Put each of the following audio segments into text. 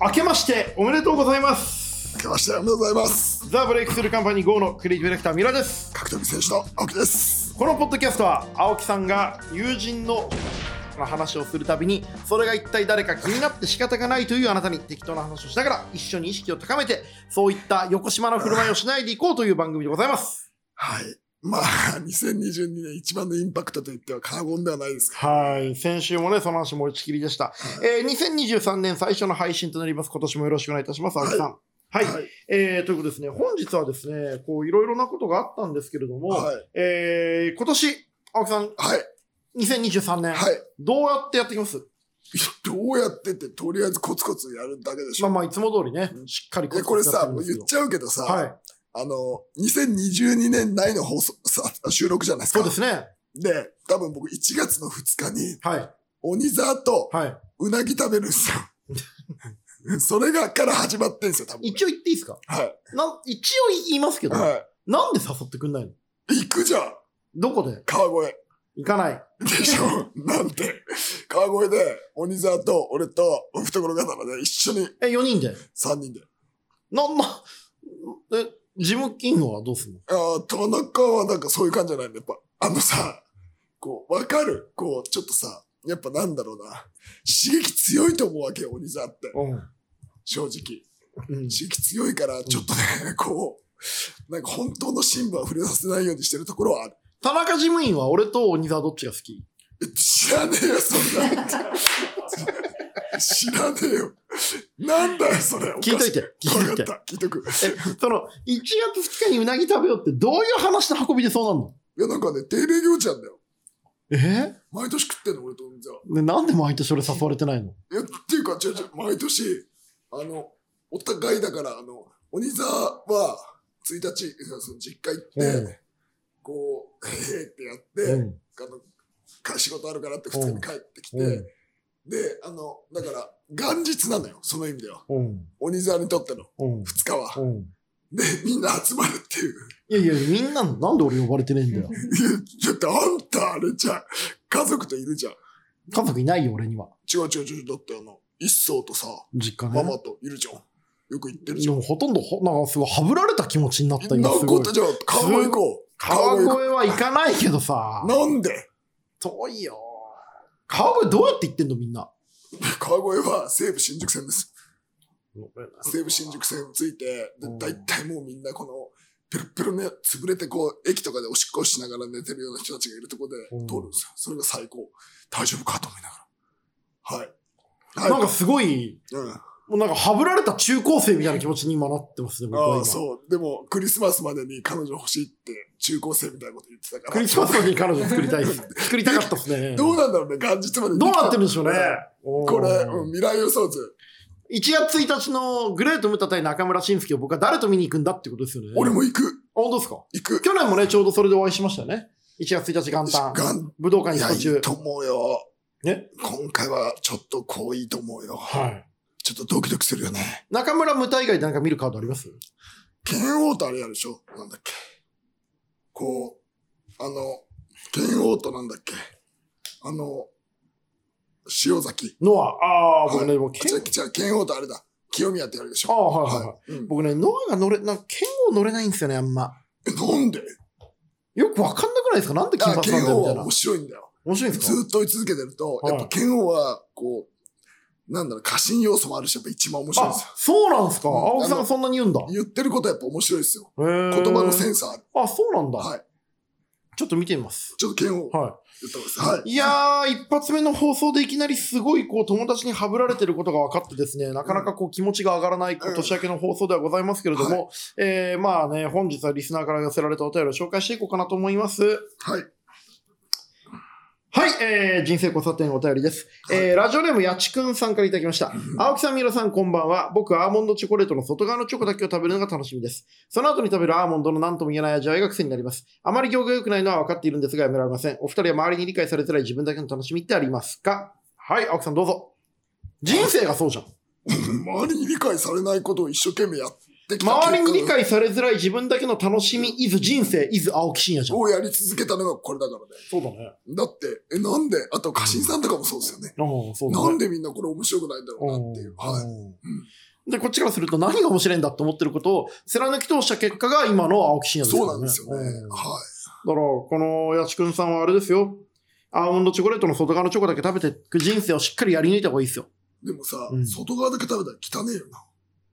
明けましておめでとうございます明けましておめでとうございますザ・ブレイクスルーカンパニー GO のクリエイティブディレクターミラです角富選手の青木ですこのポッドキャストは青木さんが友人の話をするたびにそれが一体誰か気になって仕方がないというあなたに適当な話をしながら一緒に意識を高めてそういった横島の振る舞いをしないでいこうという番組でございますはいまあ2022年一番のインパクトといっては過言ではないですかはい先週もねその話持ちきりでした、えー、2023年最初の配信となります今年もよろしくお願いいたします青木さん、はい、はいえーということですね、本日はですね、こう、いろいろなことがあったんですけれども、はいえー今年、青木さん、はい2023年、はいどうやってやっていきますどうやってってとりあえずコツコツやるだけでしまあょ、まあ、いつも通りねう、んしっかりえこれさもう言っゃちゃうけどさ、はい、あの2022年内の放送さ収録じゃないですかそうですね。で多分僕1月の2日にはい、鬼沢とはうなぎ食べるんです よそれがから始まってんすよ多い。分一応言っていいですかはなん一応言いますけいど、はなんで誘ってくんないのい行くじゃんどこで川越行かない。でしょなんて。川越で、鬼沢と俺と、懐刀で一緒にえ、4人で。 3人で。なんな、え、事務勤務はどうすんのああ、田中はなんかそういう感じじゃないんだ。やっぱ、あのさ、こう、わかるこう、ちょっとさ、やっぱなんだろうな。刺激強いと思うわけよ、鬼沢って。正直。うん。うん。刺激強いから、ちょっとね、こう、なんか本当の深部は触れさせないようにしてるところはある。田中事務員は俺と鬼沢どっちが好きえ知らねえよ、そんな。知らねえよ。なんだよ、それ。聞いといて。聞いと わいかてっ。た。聞いとく。え、その、1月2日にうなぎ食べようってどういう話の運びでそうなんのいや、なんかね、定例行事なんだよ。え毎年食ってんの、俺と海沢。でなんで毎年俺誘われてないのいや、っていうか、違う違う、毎年、あの、お互いだから、あの、鬼沢は、1日、その実家行って、うんこう、へえってやって、うん。あのか、仕事あるからって普通に帰ってきて、うんで、あの、だから、元日なのよ、その意味では。うん。鬼沢にとってのうん。 2日は。うん。で、みんな集まるっていう。いやいや、みんな、なんで俺呼ばれてねえんだよ。いや、ちょっとあんた、あれじゃん家族といるじゃん。家族いないよ、俺には。違う違う違う、だってあの、一層とさ、実家マね。マといるじゃん。よく言ってるじでゃん。もほとんどほ、なんかすごい、はぶられた気持ちになった、今なんすかごい。じゃあ、川越行こう。川越越は行かないけどさ。なんで遠いよ。川越どうやって行ってんの、みんな。川越は西武新宿線です。西武新宿線について、でうん大体もうみんなこの、ペロペロね、潰れてこう、駅とかでおしっこしながら寝てるような人たちがいるとこでうん通るんですよ。それが最高。大丈夫かと思いながら。はい。なんはいかすごい、うん、もうなんかはぶられた中高生みたいな気持ちに今なってますね、僕はあ今。あ、そう。でも、クリスマスまでに彼女欲しいって、中高生みたいなこと言ってたから。クリスマスに彼女作りたいっす。作りたかったっすね。 どうなんだろうね、元日までにどうなってるんでしょうね。これ、ううんん未来予想図。 1月1日のグレートムタ対中村慎介を僕は誰と見に行くんだってことですよね。俺あも行く、本当ですか行く。去年もね、ちょうどそれでお会いしましたよね。1月1日元旦。元武道館いにや、途い中い。と思うよ。ね。今回はちょっとこういいと思うよ。はい。ちょっとドキドキするよね。中村ムタ以外でなんか見るカードあります剣王とあれやるでしょなんだっけ。こう、あの、剣王となんだっけ。あの、塩崎。ノア。ああ、はい僕ね、もう、あ剣違う違う、剣王とあれだ。清宮ってやるでしあょあ、はいはいはい。はい。うん僕ね、ノアが乗れ、なんか剣を乗れないんですよね、あんま。えなんでよくわかんなくないですかなんで金あ髪なん剣だよ、王みたはいな面。白いんだよ。面白いんですかずっと追い続けてると、はいやっぱ剣王は、こう、なんだろう、過信要素もあるし、やっぱ一番面白いんあですよ。、そうなんですか。うん青木さんあがのそんなに言うんだ。言ってることはやっぱ面白いですよ。言言葉のセンンスある。あ、そうなんだ。はい。ちょっと見てみます。ちょっと剣王言っはい。てます。はい。いやー、一発目の放送でいきなりすごいこう友達にはぶられてることが分かってですね、なかなかこう気持ちが上がらないこううん年明けの放送ではございますけれども、はえー、まあね、本日はリスナーから寄せられたお便りを紹介していこうかなと思います。はい。はい、えー、人生交差点お便りです。えー、ラジオネームやちくんさんからいただきました。青木さん、みらさん、こんばんは。僕はアーモンドチョコレートの外側のチョコだけを食べるのが楽しみです。その後に食べるアーモンドの何とも言えない味わいが癖になります。あまり行が良くないのは分かっているんですが、やめられません。お二人は周りに理解されづらい自分だけの楽しみってありますかはい、青木さん どうぞ。人生がそうじゃん。周りに理解されないことを一生懸命やっできた周りに理結解されづらい自分だけの楽しみ、いず人生、いず青木真也じ果ゃん。をやり続けたのがこれだからね。そうだね。だって、え、なんで、あと、家臣さんとかもそうですよね。うん、そうだね。なんでみんなこれ面白くないんだろうなっていう。はい。い。で、こっちからすると何が面白いんだと思ってることを貫き通した結果が今の青木真也ですそかうらなんですようね。んはだから、このやちくんさんはあれですよ。アーモンドチョコレートの外側のチョコだけ食べていく人生をしっかりやり抜いた方がいいですよ。い。でもさ、うん外側だけ食べたら汚ねえよ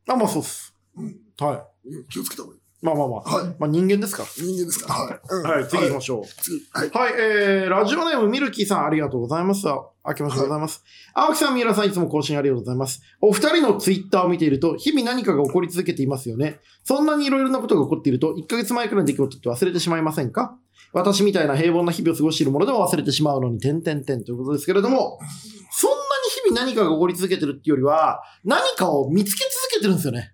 な。あ、まあそうっす。うんはうん気をつけた方がいい。い。まあまあまあ。はい。まあ人間ですか人間ですから。はい。うんら。はい、次行きましょう。次。はい。はい、えー、ラジオネームミルキーさんありがとうございます。あ明けましておめでとうございます。青木さん、三浦さん、いつも更新ありがとうございます。お二人のツイッターを見ていると、日々何かが起こり続けていますよね。そんなにいろいろなことが起こっていると、1ヶ月前くらいの出来事って忘れてしまいませんか私みたいな平凡な日々を過ごしているものでも忘れてしまうのに、点々点ということですけれども、そんなに日々何かが起こり続けてるっていうよりは、何かを見つけ続けてるんですよね。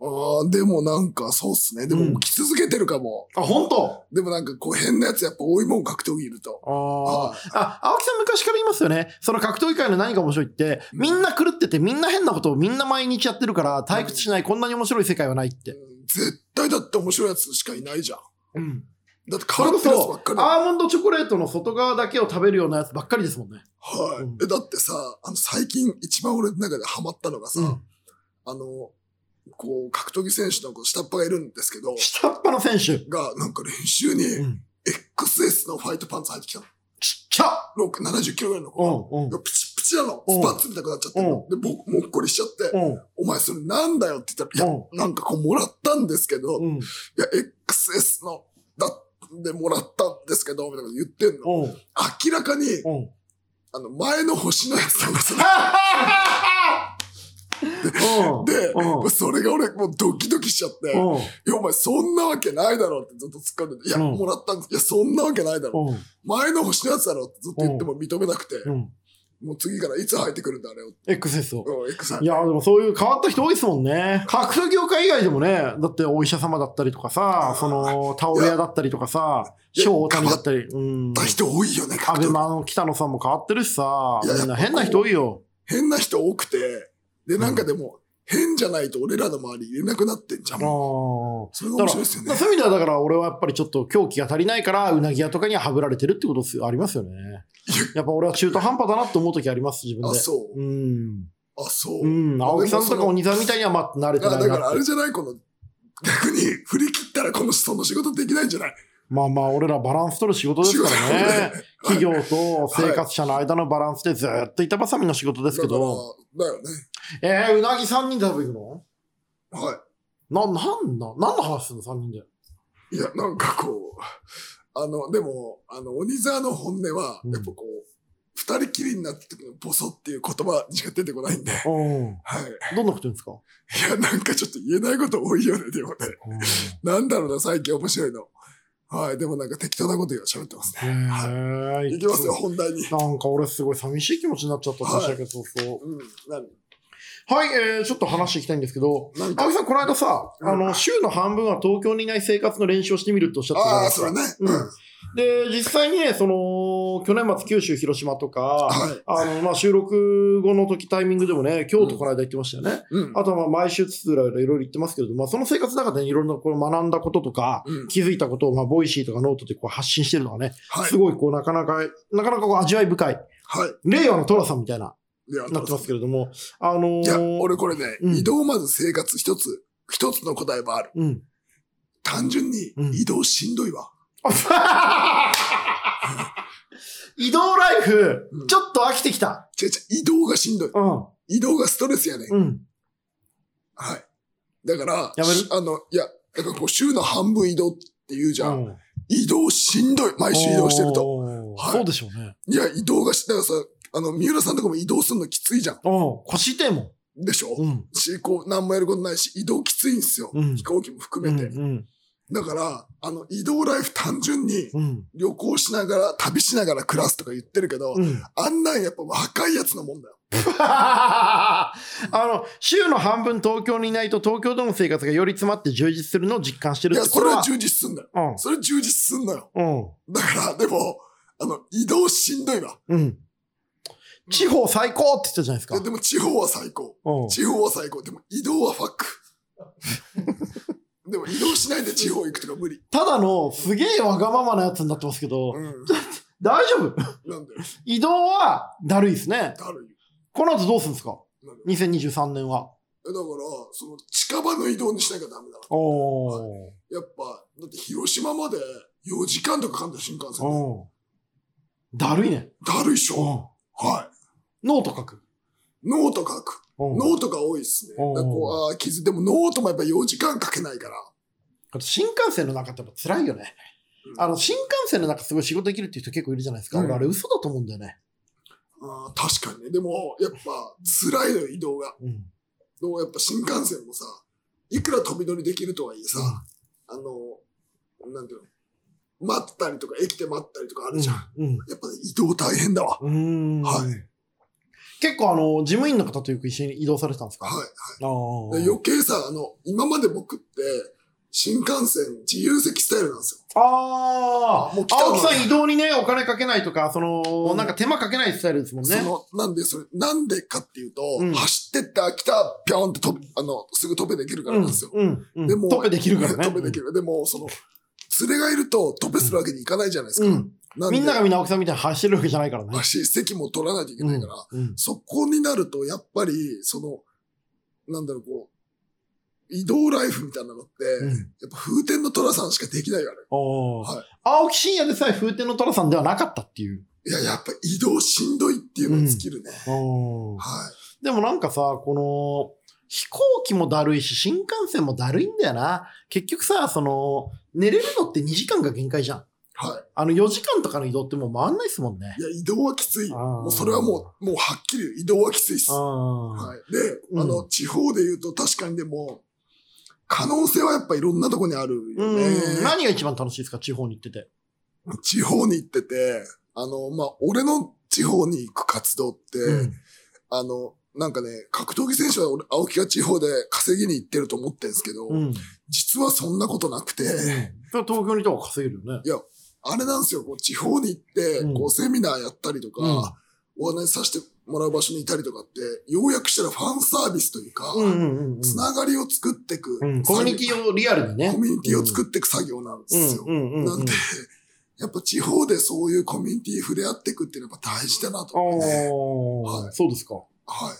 ああ、でもなんかそうっすね。でうんも起き続けてるかも。あ、本当でもなんかこう変なやつやっぱ多いもん格闘技いると。ああ。ああ、青木さん昔から言いますよね。その格闘技界の何が面白いって、みんな狂ってて、みんな変なことをみんな毎日やってるから、退屈しない、こんなに面白い世界はないっーて。うん絶対だって面白いやつしかいないじゃうん。ん。だってそれ変わこってるやつばっかそ、りだ。アーモンドチョコレートの外側だけを食べるようなやつばっかりですもんね。はい、うんえだってさ、あの最近一番俺の中でハマったのがさ、うんあの、こう格闘技選手のこう下っ端がいるんですけど、下っ端の選手。がなんか練習にん。 XS のファイトパンツ入ってきたの。ちっちゃ6 70キロぐらいのう子が。んうん。プチプチなの。うんスパッツみたくなっちゃってんの。で、僕、もっこりしちゃって、うんお前それなんだよって言ったら、いや、うなんかこうもらったんですけど、いん。うん。や、XS の、だでもらったんですけど、みたいなこと言ってんの。うん。明らかに、うん。あの、前の星のやつなんですよ。 で、もうそれが俺、もうドキドキしちゃって、いや、お前そんなわけないだろうってずっと突っ込んでて、いや、うんもらったんです。いや、そんなわけないだろう。うん。前の星のやつだろうってずっと言っても認めなくて、うん。もう次からいつ入ってくるんだ、あれを。 XS を。うん、X さんい。や、でもそういう変わった人多いですもんね。格闘技業界以外でもね、だってお医者様だったりとかさ、その、タオル屋だったりとかさ、いや小大谷だったり、うん。だ人多いよね、ア格ベ闘技マの北野さんも変わってるしさ、いやみんなやっぱこ変うな人多いよ。変な人多くて、で、なんかでも、変じゃないと俺らの周り入れなくなってんじゃん。あそれがあ。だ面から、白いですよね。そういう意味ではだから俺はやっぱりちょっと狂気が足りないから、うなぎ屋とかにははぶられてるってことですありますよね。やっぱ俺は中途半端だなって思う時あります、自分あ、で。そう。うん。あ、そう。うん。青木さんとかお兄さんみたいにはま慣れてあないだかならあってれ。じゃないこの、逆に振り切ったらこの人の仕事できないんじゃないまあまあ、俺らバランス取る仕事ですからね。企業と生活者の間のバランスでずっと板挟みの仕事ですけど、だからだよね。えー、うなぎ3人で食べ行くのはな、なんだ何の話するの ?3 人で。い。いや、なんかこう、あの、でも、あの、鬼沢の本音は、うんやっぱこう、二人きりになった時のボソっていう言葉しか出てこないんで。うん。はい。どんなこと言うんですか、いや、なんかちょっと言えないこと多いよね、でもね。なんだろうな、最近面白いの。はい、でもなんか適当なこと今喋ってますね。へえ。いきますよ、本題に。なんか俺すごい寂しい気持ちになっちゃったはい年明け早々。うん、何はい、えー、ちょっと話していきたいんですけど、なんか青木さん、この間さ、うんあの、週の半分は東京にいない生活の練習をしてみるとおっしゃってたじゃあなあいー、ですそかれね。ううんん。で、実際にね、その、去年末九州、広島と か、はい。あの、まあ、収録後の時タイミングでもね、京都この間行ってましたよね。うん。あとはまあ、毎週つつらいろいろ言ってますけれども、まあ、その生活の中でねいろんなこう学んだこととか、うん気づいたことを、まあ、ボイシーとかノートでこう発信してるのがね、はいす。ごいこう、なかなか、なかなかこう味わい深い、はい。令和の寅さんみたいな、いや、なってますけれども、あのーいや、俺これね、うん移動まず生活一つ、一つの答えはある。うん。単純にうん移動しんどいわ。移動ライフ、うんちょっと飽きてきた。違う違う、移動がしんどい。うん。移動がストレスやね。うん。はい。だから、やめるしあの、いや、だからこう、週の半分移動って言うじゃん。うん移動しんどい。毎週移動してると。おーはいそうでしょうね。いや、移動がし、だからさ、あの、三浦さんとかも移動するのきついじゃん。うん。腰痛いもん。でしょ、うん。し、こう、何もやることないし、移動きついんですよ。うん飛行機も含うめん。て、うん。だから、あの、移動ライフ単純にうん。旅行しながら、旅しながら暮らすとか言ってるけど、 うん。あんなんやっぱ若いやつのもんだよ。あの、週の半分東京にいないと東京での生活がより詰まって充実するのを実感してるいっや、てそこれれはは。充実すんだよ。うんそれ充実すんのよ。うん。だから、でも、あの、移動しんどいわ。うん。地方最高って言ったじゃないですいかや。でも地方は最高。うん。地方は最高。でも移動はファック。でも移動しないで地方行くとか無理。ただのすげえわがままなやつになってますけど、うん。大丈夫 なんだよ。移動はだるいですね。だるいよ。この後どうするんですかなんだよ ?2023 年は。えだから、その近場の移動にしなきゃダメだな。おー。やっぱ、だって広島まで4時間とかかんだよ新幹線で。うん。だるいね。だるいっしうょ。ん。はノート書く。い。ノート書く。うん。ノートが多いっすね。うんだからこうあー傷でもノートもやっぱ4時間かけないから。あと新幹線の中ってやっぱ辛いよね。うんあの、新幹線の中すごい仕事できるっていう人結構いるじゃないですか。うん俺あれ嘘だと思うんだよね。あー確かにね。でも、やっぱ辛いのよ、移動が。うん。でもやっぱ新幹線もさ、いくら飛び乗りできるとはいえさ、あの、なんていうの、待ったりとか、駅で待ったりとかあるじゃん。うん。やっぱ、ね、移動大変だわ。うん。はい。はい。結構あの、事務員の方とよく一緒に移動されてたんですかあであ。余計さ、あの、今まで僕って、新幹線自由席スタイルなんですよ。ああもう来たわ青木さん移動にね、お金かけないとか、その、うんなんか手間かけないスタイルですもんね。その、なんで、それ、なんでかっていうと、うん走ってって飽きた、ぴょんって飛び、あの、すぐ飛べできるからなんですよ。うん。うん。でも、トッペできるからね。飛べできる。でも、その、連れがいると、飛べするわけにいかないじゃないですか。うん。なみんなががみんな青木さんみたいに走ってるわけじゃないからね。足、席も取らないといけないから、うん。そこになると、やっぱり、その、なんだろう、こう、移動ライフみたいなのって、うんやっぱ風天の虎さんしかできないからね。おーはい青木真也でさえ風天の虎さんではなかったっていう。いや、やっぱ移動しんどいっていうのに尽きるね。おーはい。でもなんかさ、この、飛行機もだるいし、新幹線もだるいんだよな。結局さ、その、寝れるのって2時間が限界じゃん。はあの、4時間とかの移動ってもう回んないっすもんねい。。いや、移動はきつい。あーもうそれはもう、もうはっきり言う移動はきついっす。あはあ。い。で、うんあの、地方で言うと確かにでも、可能性はやっぱいろんなとこにあるよね。うん。何が一番楽しいですか地方に行ってて。地方に行ってて、あの、まあ、俺の地方に行く活動って、うんあの、なんかね、格闘技選手は俺、青木が地方で稼ぎに行ってると思ってんすけど、うん。実はそんなことなくて、それは東京にいた方が稼げるよね。あれなんですよ、こう地方に行って、うんこうセミナーやったりとか、うんお話しさせてもらう場所にいたりとかって、ようやくしたらファンサービスというか、うんうんうんうん。つながりを作っていく、うん、コミュニティをリアルにね。コミュニティを作っていく作業なんですよ。うんうんうんうん、なんで、やっぱ地方でそういうコミュニティに触れ合っていくっていうのはやっぱ大事だなとああ、思ってね、はいそうですか。は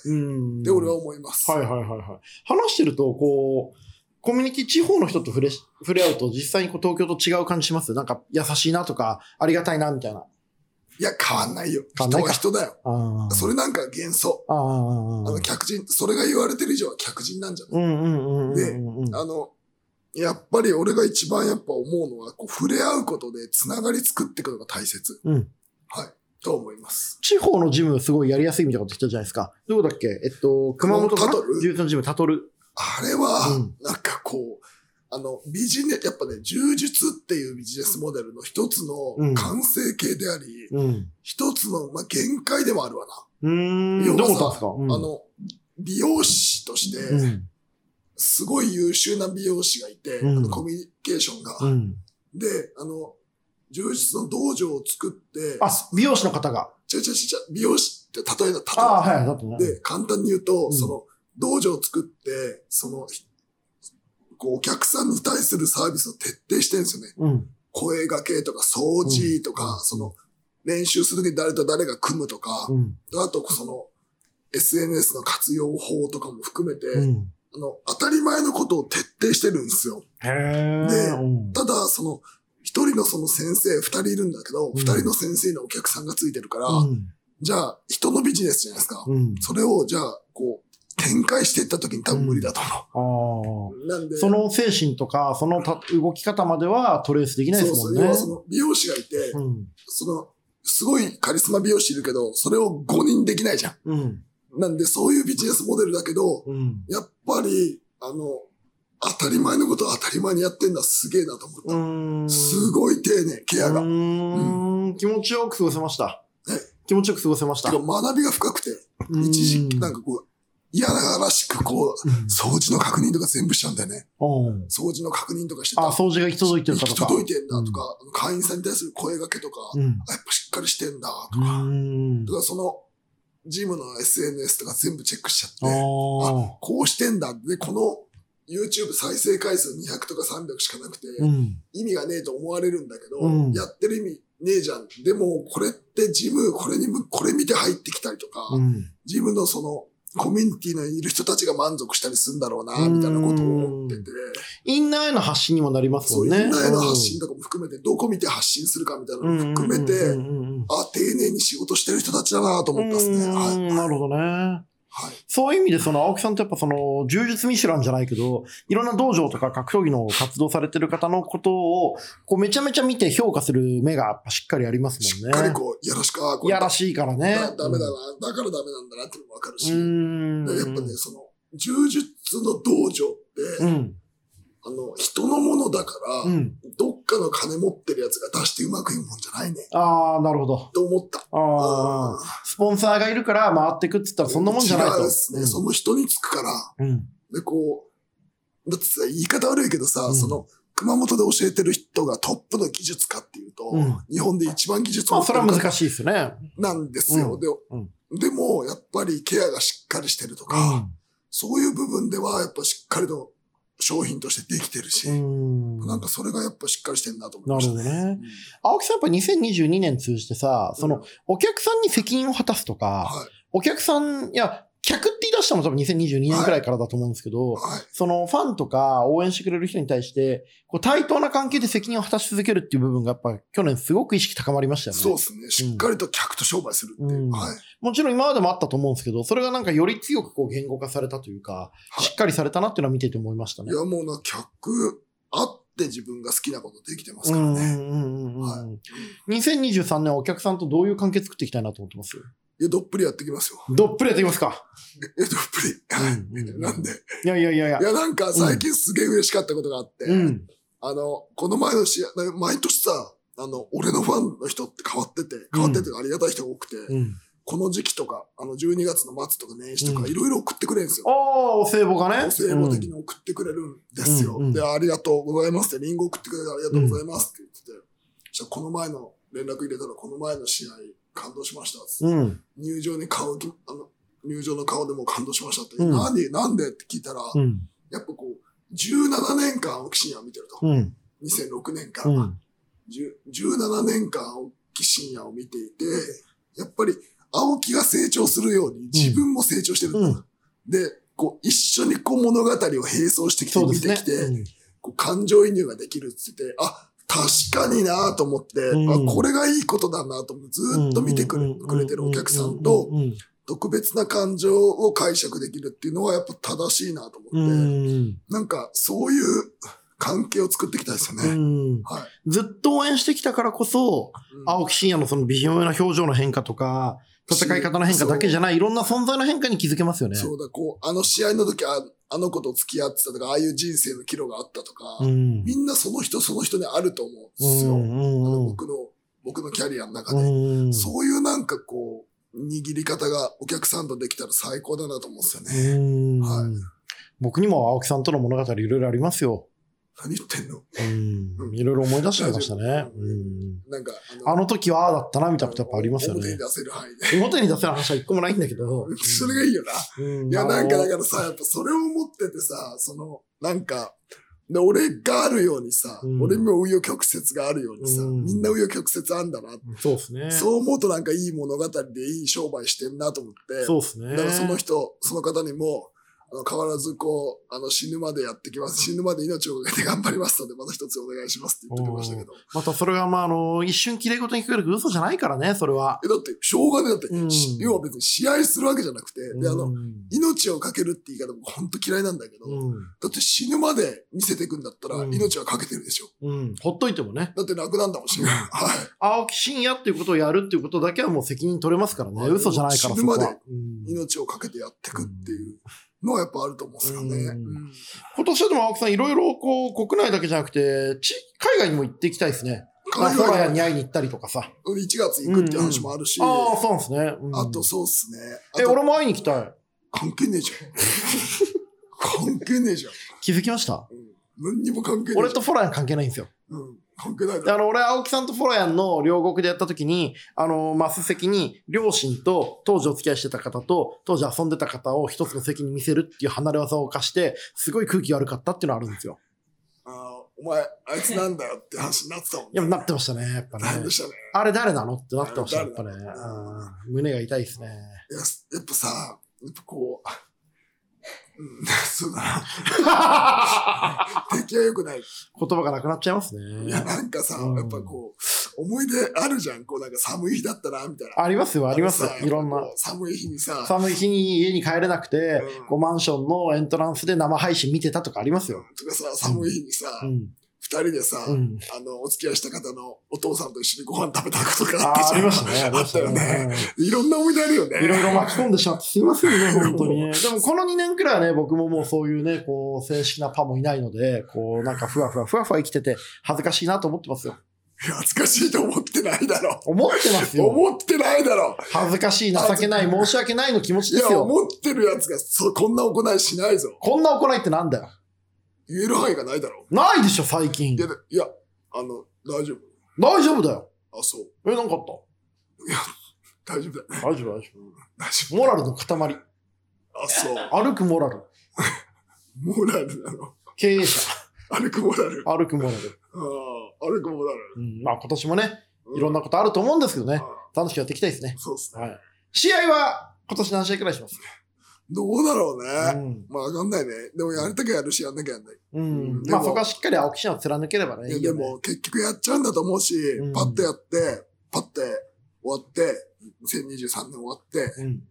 うん。い。で、俺は思います。はいはいはいはい。話してると、こう、コミュニティ地方の人と触れ、触れ合うと実際にこう東京と違う感じしますなんか優しいなとか、ありがたいなみたいな。いや、変わんないよ。変わん人ないはか人だよ。ああ。それなんか幻想。ああ。あの、客人、それが言われてる以上は客人なんじゃないうんうんうんうんうんうん。あの、やっぱり俺が一番やっぱ思うのは、こう、触れ合うことでつながり作っていくのが大切。うんはい。と思います。地方のジムすごいやりやすいみたいなこと言ってたじゃないですか。どこだっけえっと、熊本かなタトル柔術のジム、タトル。あれは、うんなんかこう、あの、ビジネ、やっぱね、柔術っていうビジネスモデルの一つうんの完成形であり、うん。一つの、まあ、限界でもあるわな。うー要ん。はどうさだったんですかうんあの、美容師として、うん。すごい優秀な美容師がいて、うんあのコミュニケーションが。うん。で、あの、柔術の道場を作って、あ、美容師の方が。ちゃちゃちゃ、美容師って例えだ、例えああ、だ。はい、だってね。で、簡単に言うと、うんその、道場を作って、その、こう、お客さんに対するサービスを徹底してるんですよね。うん。声掛けとか、掃除とか、うんその、練習するとき誰と誰が組むとか、うん。あと、その、SNS の活用法とかも含めて、うん。あの、当たり前のことを徹底してるんですよ。へえ。うんただ、その、一人のその先生、二人いるんだけど、ん二、人の先生のお客さんがついてるから、うんじゃあ、人のビジネスじゃないですか。うん。それを、じゃあ、こう、展開していった時に多分無理だとああ思。う。なんで、その精神とか、そのた動き方まではトレースできないでそうすもんそう、ね。要はその美容師がいて、うん。その、すごいカリスマ美容師いるけど、それを5人できないじゃうん。ん。なんで、そういうビジネスモデルだけど、うん。やっぱり、あの、当たり前のことを当たり前にやってんのはすげえなと思った。うん。すごい丁寧、ケアうが。ーん。気持ちよく過ごせましたえ。気持ちよく過ごせましてた。か学びが深くて、うん一時、なんかこう、いやらしくこう、うん掃除の確認とか全部しちゃうんだよね。うん掃除の確認とかしてた。あ、掃除が行き届いてるかとか。行き届いてんだとか、会員さんに対する声掛けとか、うん。あやっぱしっかりしてんだとうか、んだ。からその、ジムの SNS とか全部チェックしちゃって、ああ。こうしてんだで、この YouTube 再生回数200とか300しかなくて、うん。意味がねえと思われるんだけど、うんやってる意味ねえじゃん。でも、これってジム、これにむ、これ見て入ってきたりとか、うん。自分のその、コミュニティのいる人たちが満足したりするんだろうな、みたいなことを思ってて、インナーへの発信にもなりますそもう、んインね。ナーへの発信とかも含めて、どこ見て発信するかみたいなのもうん含めて、うんうんうんうんあ、丁寧に仕事してる人たちだなと思ったですね。はうい。んなるほどね。はい。そういう意味で、その青木さんってやっぱその、柔術ミシュランじゃないけど、いろんな道場とか格闘技の活動されてる方のことを、こうめちゃめちゃ見て評価する目がやっぱしっかりありますしもっんね。かりこう、いやらしく、あーこいれやらしいからね。だダメだな、だからダメなんだなってのもわかるし、うでん。やっぱね、その、柔術の道場って、うん。あの、人のものだかうら、ん。どっかの金持ってるやつが出してうまくいくもんじゃないね。ああ、なるほど。と思った。ああ。スポンサーがいるから回ってくっつったらそんなもんじゃないと。違うですね。その人につくから、うん。うん。で、こう、だってさ、言い方悪いけどさ、うんその、熊本で教えてる人がトップの技術かっていうと、うん日本で一番技術ま持あ、っそてるれは方難しいですよね。なんですよ。うんでんでも、やっぱりケアがしっかりしてるとか、そういう部分では、やっぱしっかりと商品としてできてるし、うん。なんかそれがやっぱしっかりしてるなと思いなまるしほた。どね。青木さんやっぱ2022年通じてさ、その、お客さんに責任を果たすとうん、か、はお客さん、いや、客って言い出したのも多分2022年くらいからだと思うんですけど、い。はい。そのファンとか応援してくれる人に対して、こう対等な関係で責任を果たし続けるっていう部分がやっぱ去年すごく意識高まりましたよね。そうですね。しっかりと客と商売するっていう。うんはい。もちろん今までもあったと思うんですけど、それがなんかより強くこう言語化されたというか、はいしっかりされたなっていうのは見てて思いましたねい。や、もうな、客あって自分が好きなことできてますうからんうね。んうんうんはうん2023年はお客さんとどういう関係作っていきたいなと思ってますいや、どっぷりやってきますよ。どっぷりやっていきますか、え、どっぷり。はいうんうんうんなんで。いやいやいやいやい。や、なんか最近すげえ嬉しかったことがあって、うん。あの、この前の試合、毎年さ、あの、俺のファンの人って変わってて、変わっててありがたい人が多くて、うん。この時期とか、あの、12月の末とか年始とうか、んいろいろ送ってくれるんですよ。ああ、お歳暮がね。お歳暮的に送ってくれるんですよ。うんうんで、ありがとうございますって、リンゴ送ってくれてありがとうございますって言ってて、そしたらこの前の連絡入れたら、この前の試合、感動しましたっつって、うん。うん。入場に顔き、あの、入場の顔でも感動しましたって、うん何なんでって聞いたら、うん。やっぱこう、17年間青木真也を見てると。うん。 2006年かうら、ん。 10 17年間青木真也を見ていて、やっぱり青木が成長するように自分も成長してるんだ、うんで、こう一緒にこう物語を並走してきてそうで見すてねきて、。こう感情移入ができるって言ってて、あ、確かになと思って、うんあ、これがいいことだなと思ってずうんっと見てくれ,、くれてるお客さんと、うん。特別な感情を解釈できるっていうのはやっぱ正しいなと思って、うんうんなんかそういう関係を作ってきたんですようね。ん。はい。ずっと応援してきたからこそ、うん青木真也のその微妙な表情の変化とか、戦い方の変化だけじゃない、いろんな存在の変化に気づけますよね。そうだ、こう、あの試合の時、ああの子と付き合ってたとか、ああいう人生の岐路があったとか、うん。みんなその人その人にあると思うんでうすんよ。あうのん僕の、僕のキャリアの中うで、ん。うん。そういうなんかこう、握り方がお客さんとできたら最高だなと思うんですよね。うんはい僕にも青木さんとの物語いろいろありますよ。何言ってんのうん。いろいろ思い出してましたね。うん。なんか、あの時はああだったな、みたいなことやっぱありますよ表ねに出。せる範囲で。 表に出せる話は一個もないんだけど。それがいいよな。うんいや、なんかだからさ、やっぱそれを持っててさ、その、なんか、で俺があるようにさ、うん俺にも紆余曲折があるようにさ、うんみんな紆余曲折あんだな、そうですね。そう思うとなんかいい物語でいい商売してんなと思って、そうですね。だからその人、その方にも、あの変わらずこう、あの死ぬまでやってきます。死ぬまで命をかけて頑張りますので、また一つお願いしますって言ってくれましたけど。またそれが、まあ、あの、一瞬綺麗事に聞こえるけど嘘じゃないからね、それは。え、だって、しょうがねえだって、うんし要は別に試合するわけじゃなくて、で、あうの、ん命をかけるって言い方も本当嫌いなんだけど、うん。だって死ぬまで見せていくんだったらうん命はかけてるでしょ。うん。ほっといてもね。だって楽なんだもんし。はい。青木真也っていうことをやるっていうことだけはもう責任取れますからね。うん嘘じゃないから、死そぬこまでは。うん命をかけてやってくっていうのはやっぱあると思うんですよね。うんうん今年はでも青木さん、いろいろこう、国内だけじゃなくて、ち海外にも行っていきたいですね。まあ、海ホラヤ外にに会いに行ったりとかさ。 1月行くって話もあるし、ああ、そうなんですね。うんあとそうっすね。え、あと俺も会いに行きたい。関係ねえじゃん。関係ねえじゃん。気づきましたうん何にも関係ねえ俺じとゃん。フォラヤ関係ないんですよ。うん関係ないだでろ。あの、俺、青木さんとフォロヤンの両国でやった時に、あの、マス席に、両親と、当時お付き合いしてた方と、当時遊んでた方を一つの席に見せるっていう離れ技を犯して、すごい空気悪かったっていうのはあるんですよ。あーお前、あいつなんだよって話になってたもんいや、なってましたね、やっぱね大。 変でしたね。あれ誰なのってなってました、やっぱね。あれ誰なのうん胸が痛い ですね。いや、やっぱさ、やっぱこう、うん、そうだな。言葉敵は良くない。がなくなっちゃいますいねや、。なんかさ、うんやっぱこう、思い出あるじゃん。こう、なんか寒い日だったな、みたいな。ありますよ、ありますのさいろん。やなっぱこ。う寒い日にさ、寒い日に家に帰れなくて、うんこうマンションのエントランスで生配信見てたとかありますよ。とかさ、寒い日にさ、う二、ん。人でさ、うん。あの、お付き合いした方のお父さんと一緒にご飯食べたことがあったあじゃあん。りましたね。あり あまっしたたよね。ね。いろんな思い出あるよいろいね。ろ巻き込んでしまってすいませんね、本当にね。でもこの2年くらいはね、僕ももうそういうね、こう、正式なパンもいないので、こう、なんかふわふわふわふわ生きてて、恥ずかしいなと思ってますよ。恥ずかしいと思ってないだろ。思ってますよ。思ってないだろ。恥ずかしい、情けない、申し訳ないの気持ちいでや、すよ。思ってるやつがそうこんな行いしないぞ。こんな行いってなんだよ。言える範囲がないだろ。ないでしょ、最近い。や、でいやあの、大丈大丈夫だよ。夫。あ、そう。え、なんかあった大丈夫だよね。大丈夫、大丈大丈夫。モラルの塊。夫。あ、そう。歩くモラル。モラルなの。経営者。歩くモラル。あ歩くモラル。あ、歩くモラル。うん。まあ今年もね、ういろんなことあると思うんですけどね。あ楽しくやっていきたいですね。そうっすね。はい。試合は今年何試合くらいしますどうだろうね。うん。まあ、わかんないね。でも、やりたきゃやるし、やんなきゃやんない。うん。でもまあそこはしっかり青木氏を貫ければね。いいや、いでよね。も、結局やっちゃうんだと思うし、んパッとやって、パッて終わって、2023年終わって、うん。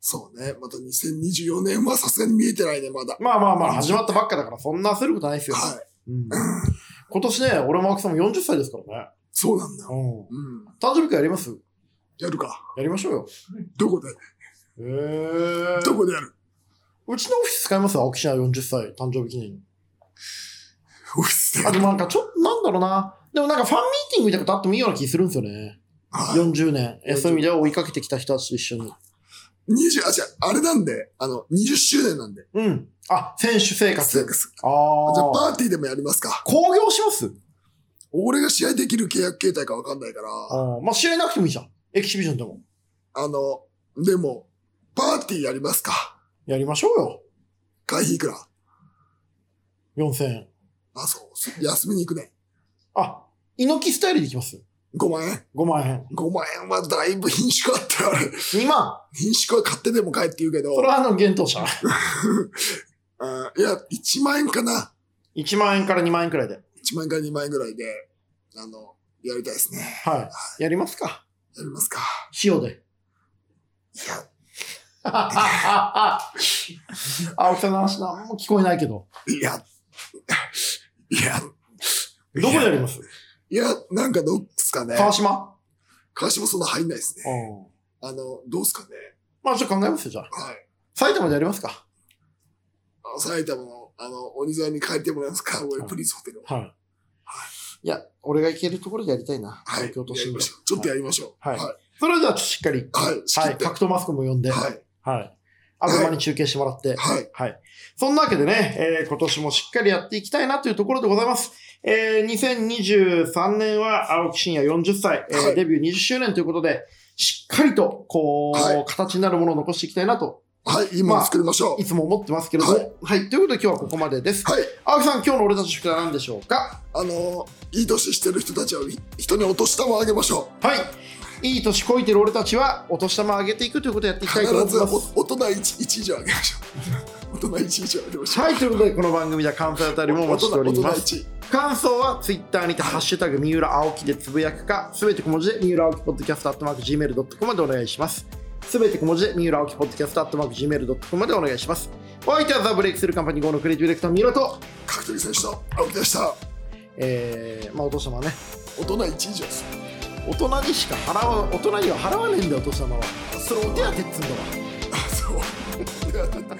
そうね。また2024年はさすがに見えてないね、まだ。まあまあまあ、始まったばっかだから、そんな焦ることないですよ。はい。うん。 今年ね、俺も青木さんも40歳ですからね。そうなんだよ。うん。うん。誕生日会やりますやるか。やりましょうよ。どこでへえどこでやるうちのオフィス使います青木氏は40歳、誕生日記念。オフィスであ、。でもなんかちょっと、なんだろうな。でもなんかファンミーティングみたいなことあってもいいような気するんですよね。はい40年。えそういう意味では追いかけてきた人たちと一緒に。 20、あ、違う、あれなんで、あの、20周年なんで。うん。あ、選手生そう活。ですああじゃあ、あ。パーティーでもやりますか。興行します俺が試合できる契約形態かわかんないから、あまあ、試合なくてもいいじゃん。エキシビジョンでも。あの、でも、パーティーやりますか。やりましょうよ。会費いくら4000円。あ、そうす。休みに行くね。あ、猪木スタイルでいきます。 5万円5万円。 ?5 万円はだいぶ品種あったよ、あれ。 2万。品種は買ってでも買えって言うけど、それはあの、厳冬者。うんいや、1万円かな。 1万円から2万円くらいで。 1万円から2万円ぐらいで、あの、やりたいですね。はい。やりますか。やりますか。塩 で。いや、あ、青木さんの話なんも聞こえないけど。いや、いや、どこでやりますいや、なんかどうっすかね。川島川島そんな入んないですね。うん。あの、どうっすかね。まあ、ちょっと考えますよ、じゃあ。はい。埼玉でやりますか。あの埼玉の、あの、鬼沢に帰ってもらえますか、俺、プリンスホテルを。はい。いや、俺が行けるところでやりたいな。はい。や東京都り心ま部。しょう。ちょっとやりましょう。はいはそれじゃあ、しっかり。い。はい。仕切はっい。ては格闘マスコミを呼んで。い。はい。アベマに中継してもらって。はい。はい。そんなわけでね、えー今年もしっかりやっていきたいなというところでございます。えー2023年は青木真也40歳、えーはいデビュー20周年ということで、しっかりと、こう、は形になるものを残していきたいなと、はい。今作りましょうい。つも思ってますけれども。ははい、ということで今日はここまでです。はい。青木さん、今日の俺たちの宿題は何でしょうかあの、いい年してる人たちは、人にお年玉をあげましょはい。いい年こいてる俺たちは、お年玉上げていくということをやってう。いきた必いと思います。ず、お大人 1, 1以上あげましょう。大人1以上あげましょう。はい、ということで、この番組では感想やお便りもお大待ちして人お大り人ます。 1。感想はツイッターにて「ハッシュタグ三浦青木」でつぶやくかすべて小文字で三浦青木ポッドキャストアットマーク Gmail.com までお願いしますすべて小文字で三浦青木ポッドキャストアットマーク Gmail.com までお願いしますお相手はザ・ブレイクスルーカンパニー号のクリエイティブディレクター三浦と格闘技選手と青木でした。えー、まあお年玉はね大人1以上です。大人にしか払わ大人には払わねえんだよお年玉はそれお手当てっつうんだわあ、そう。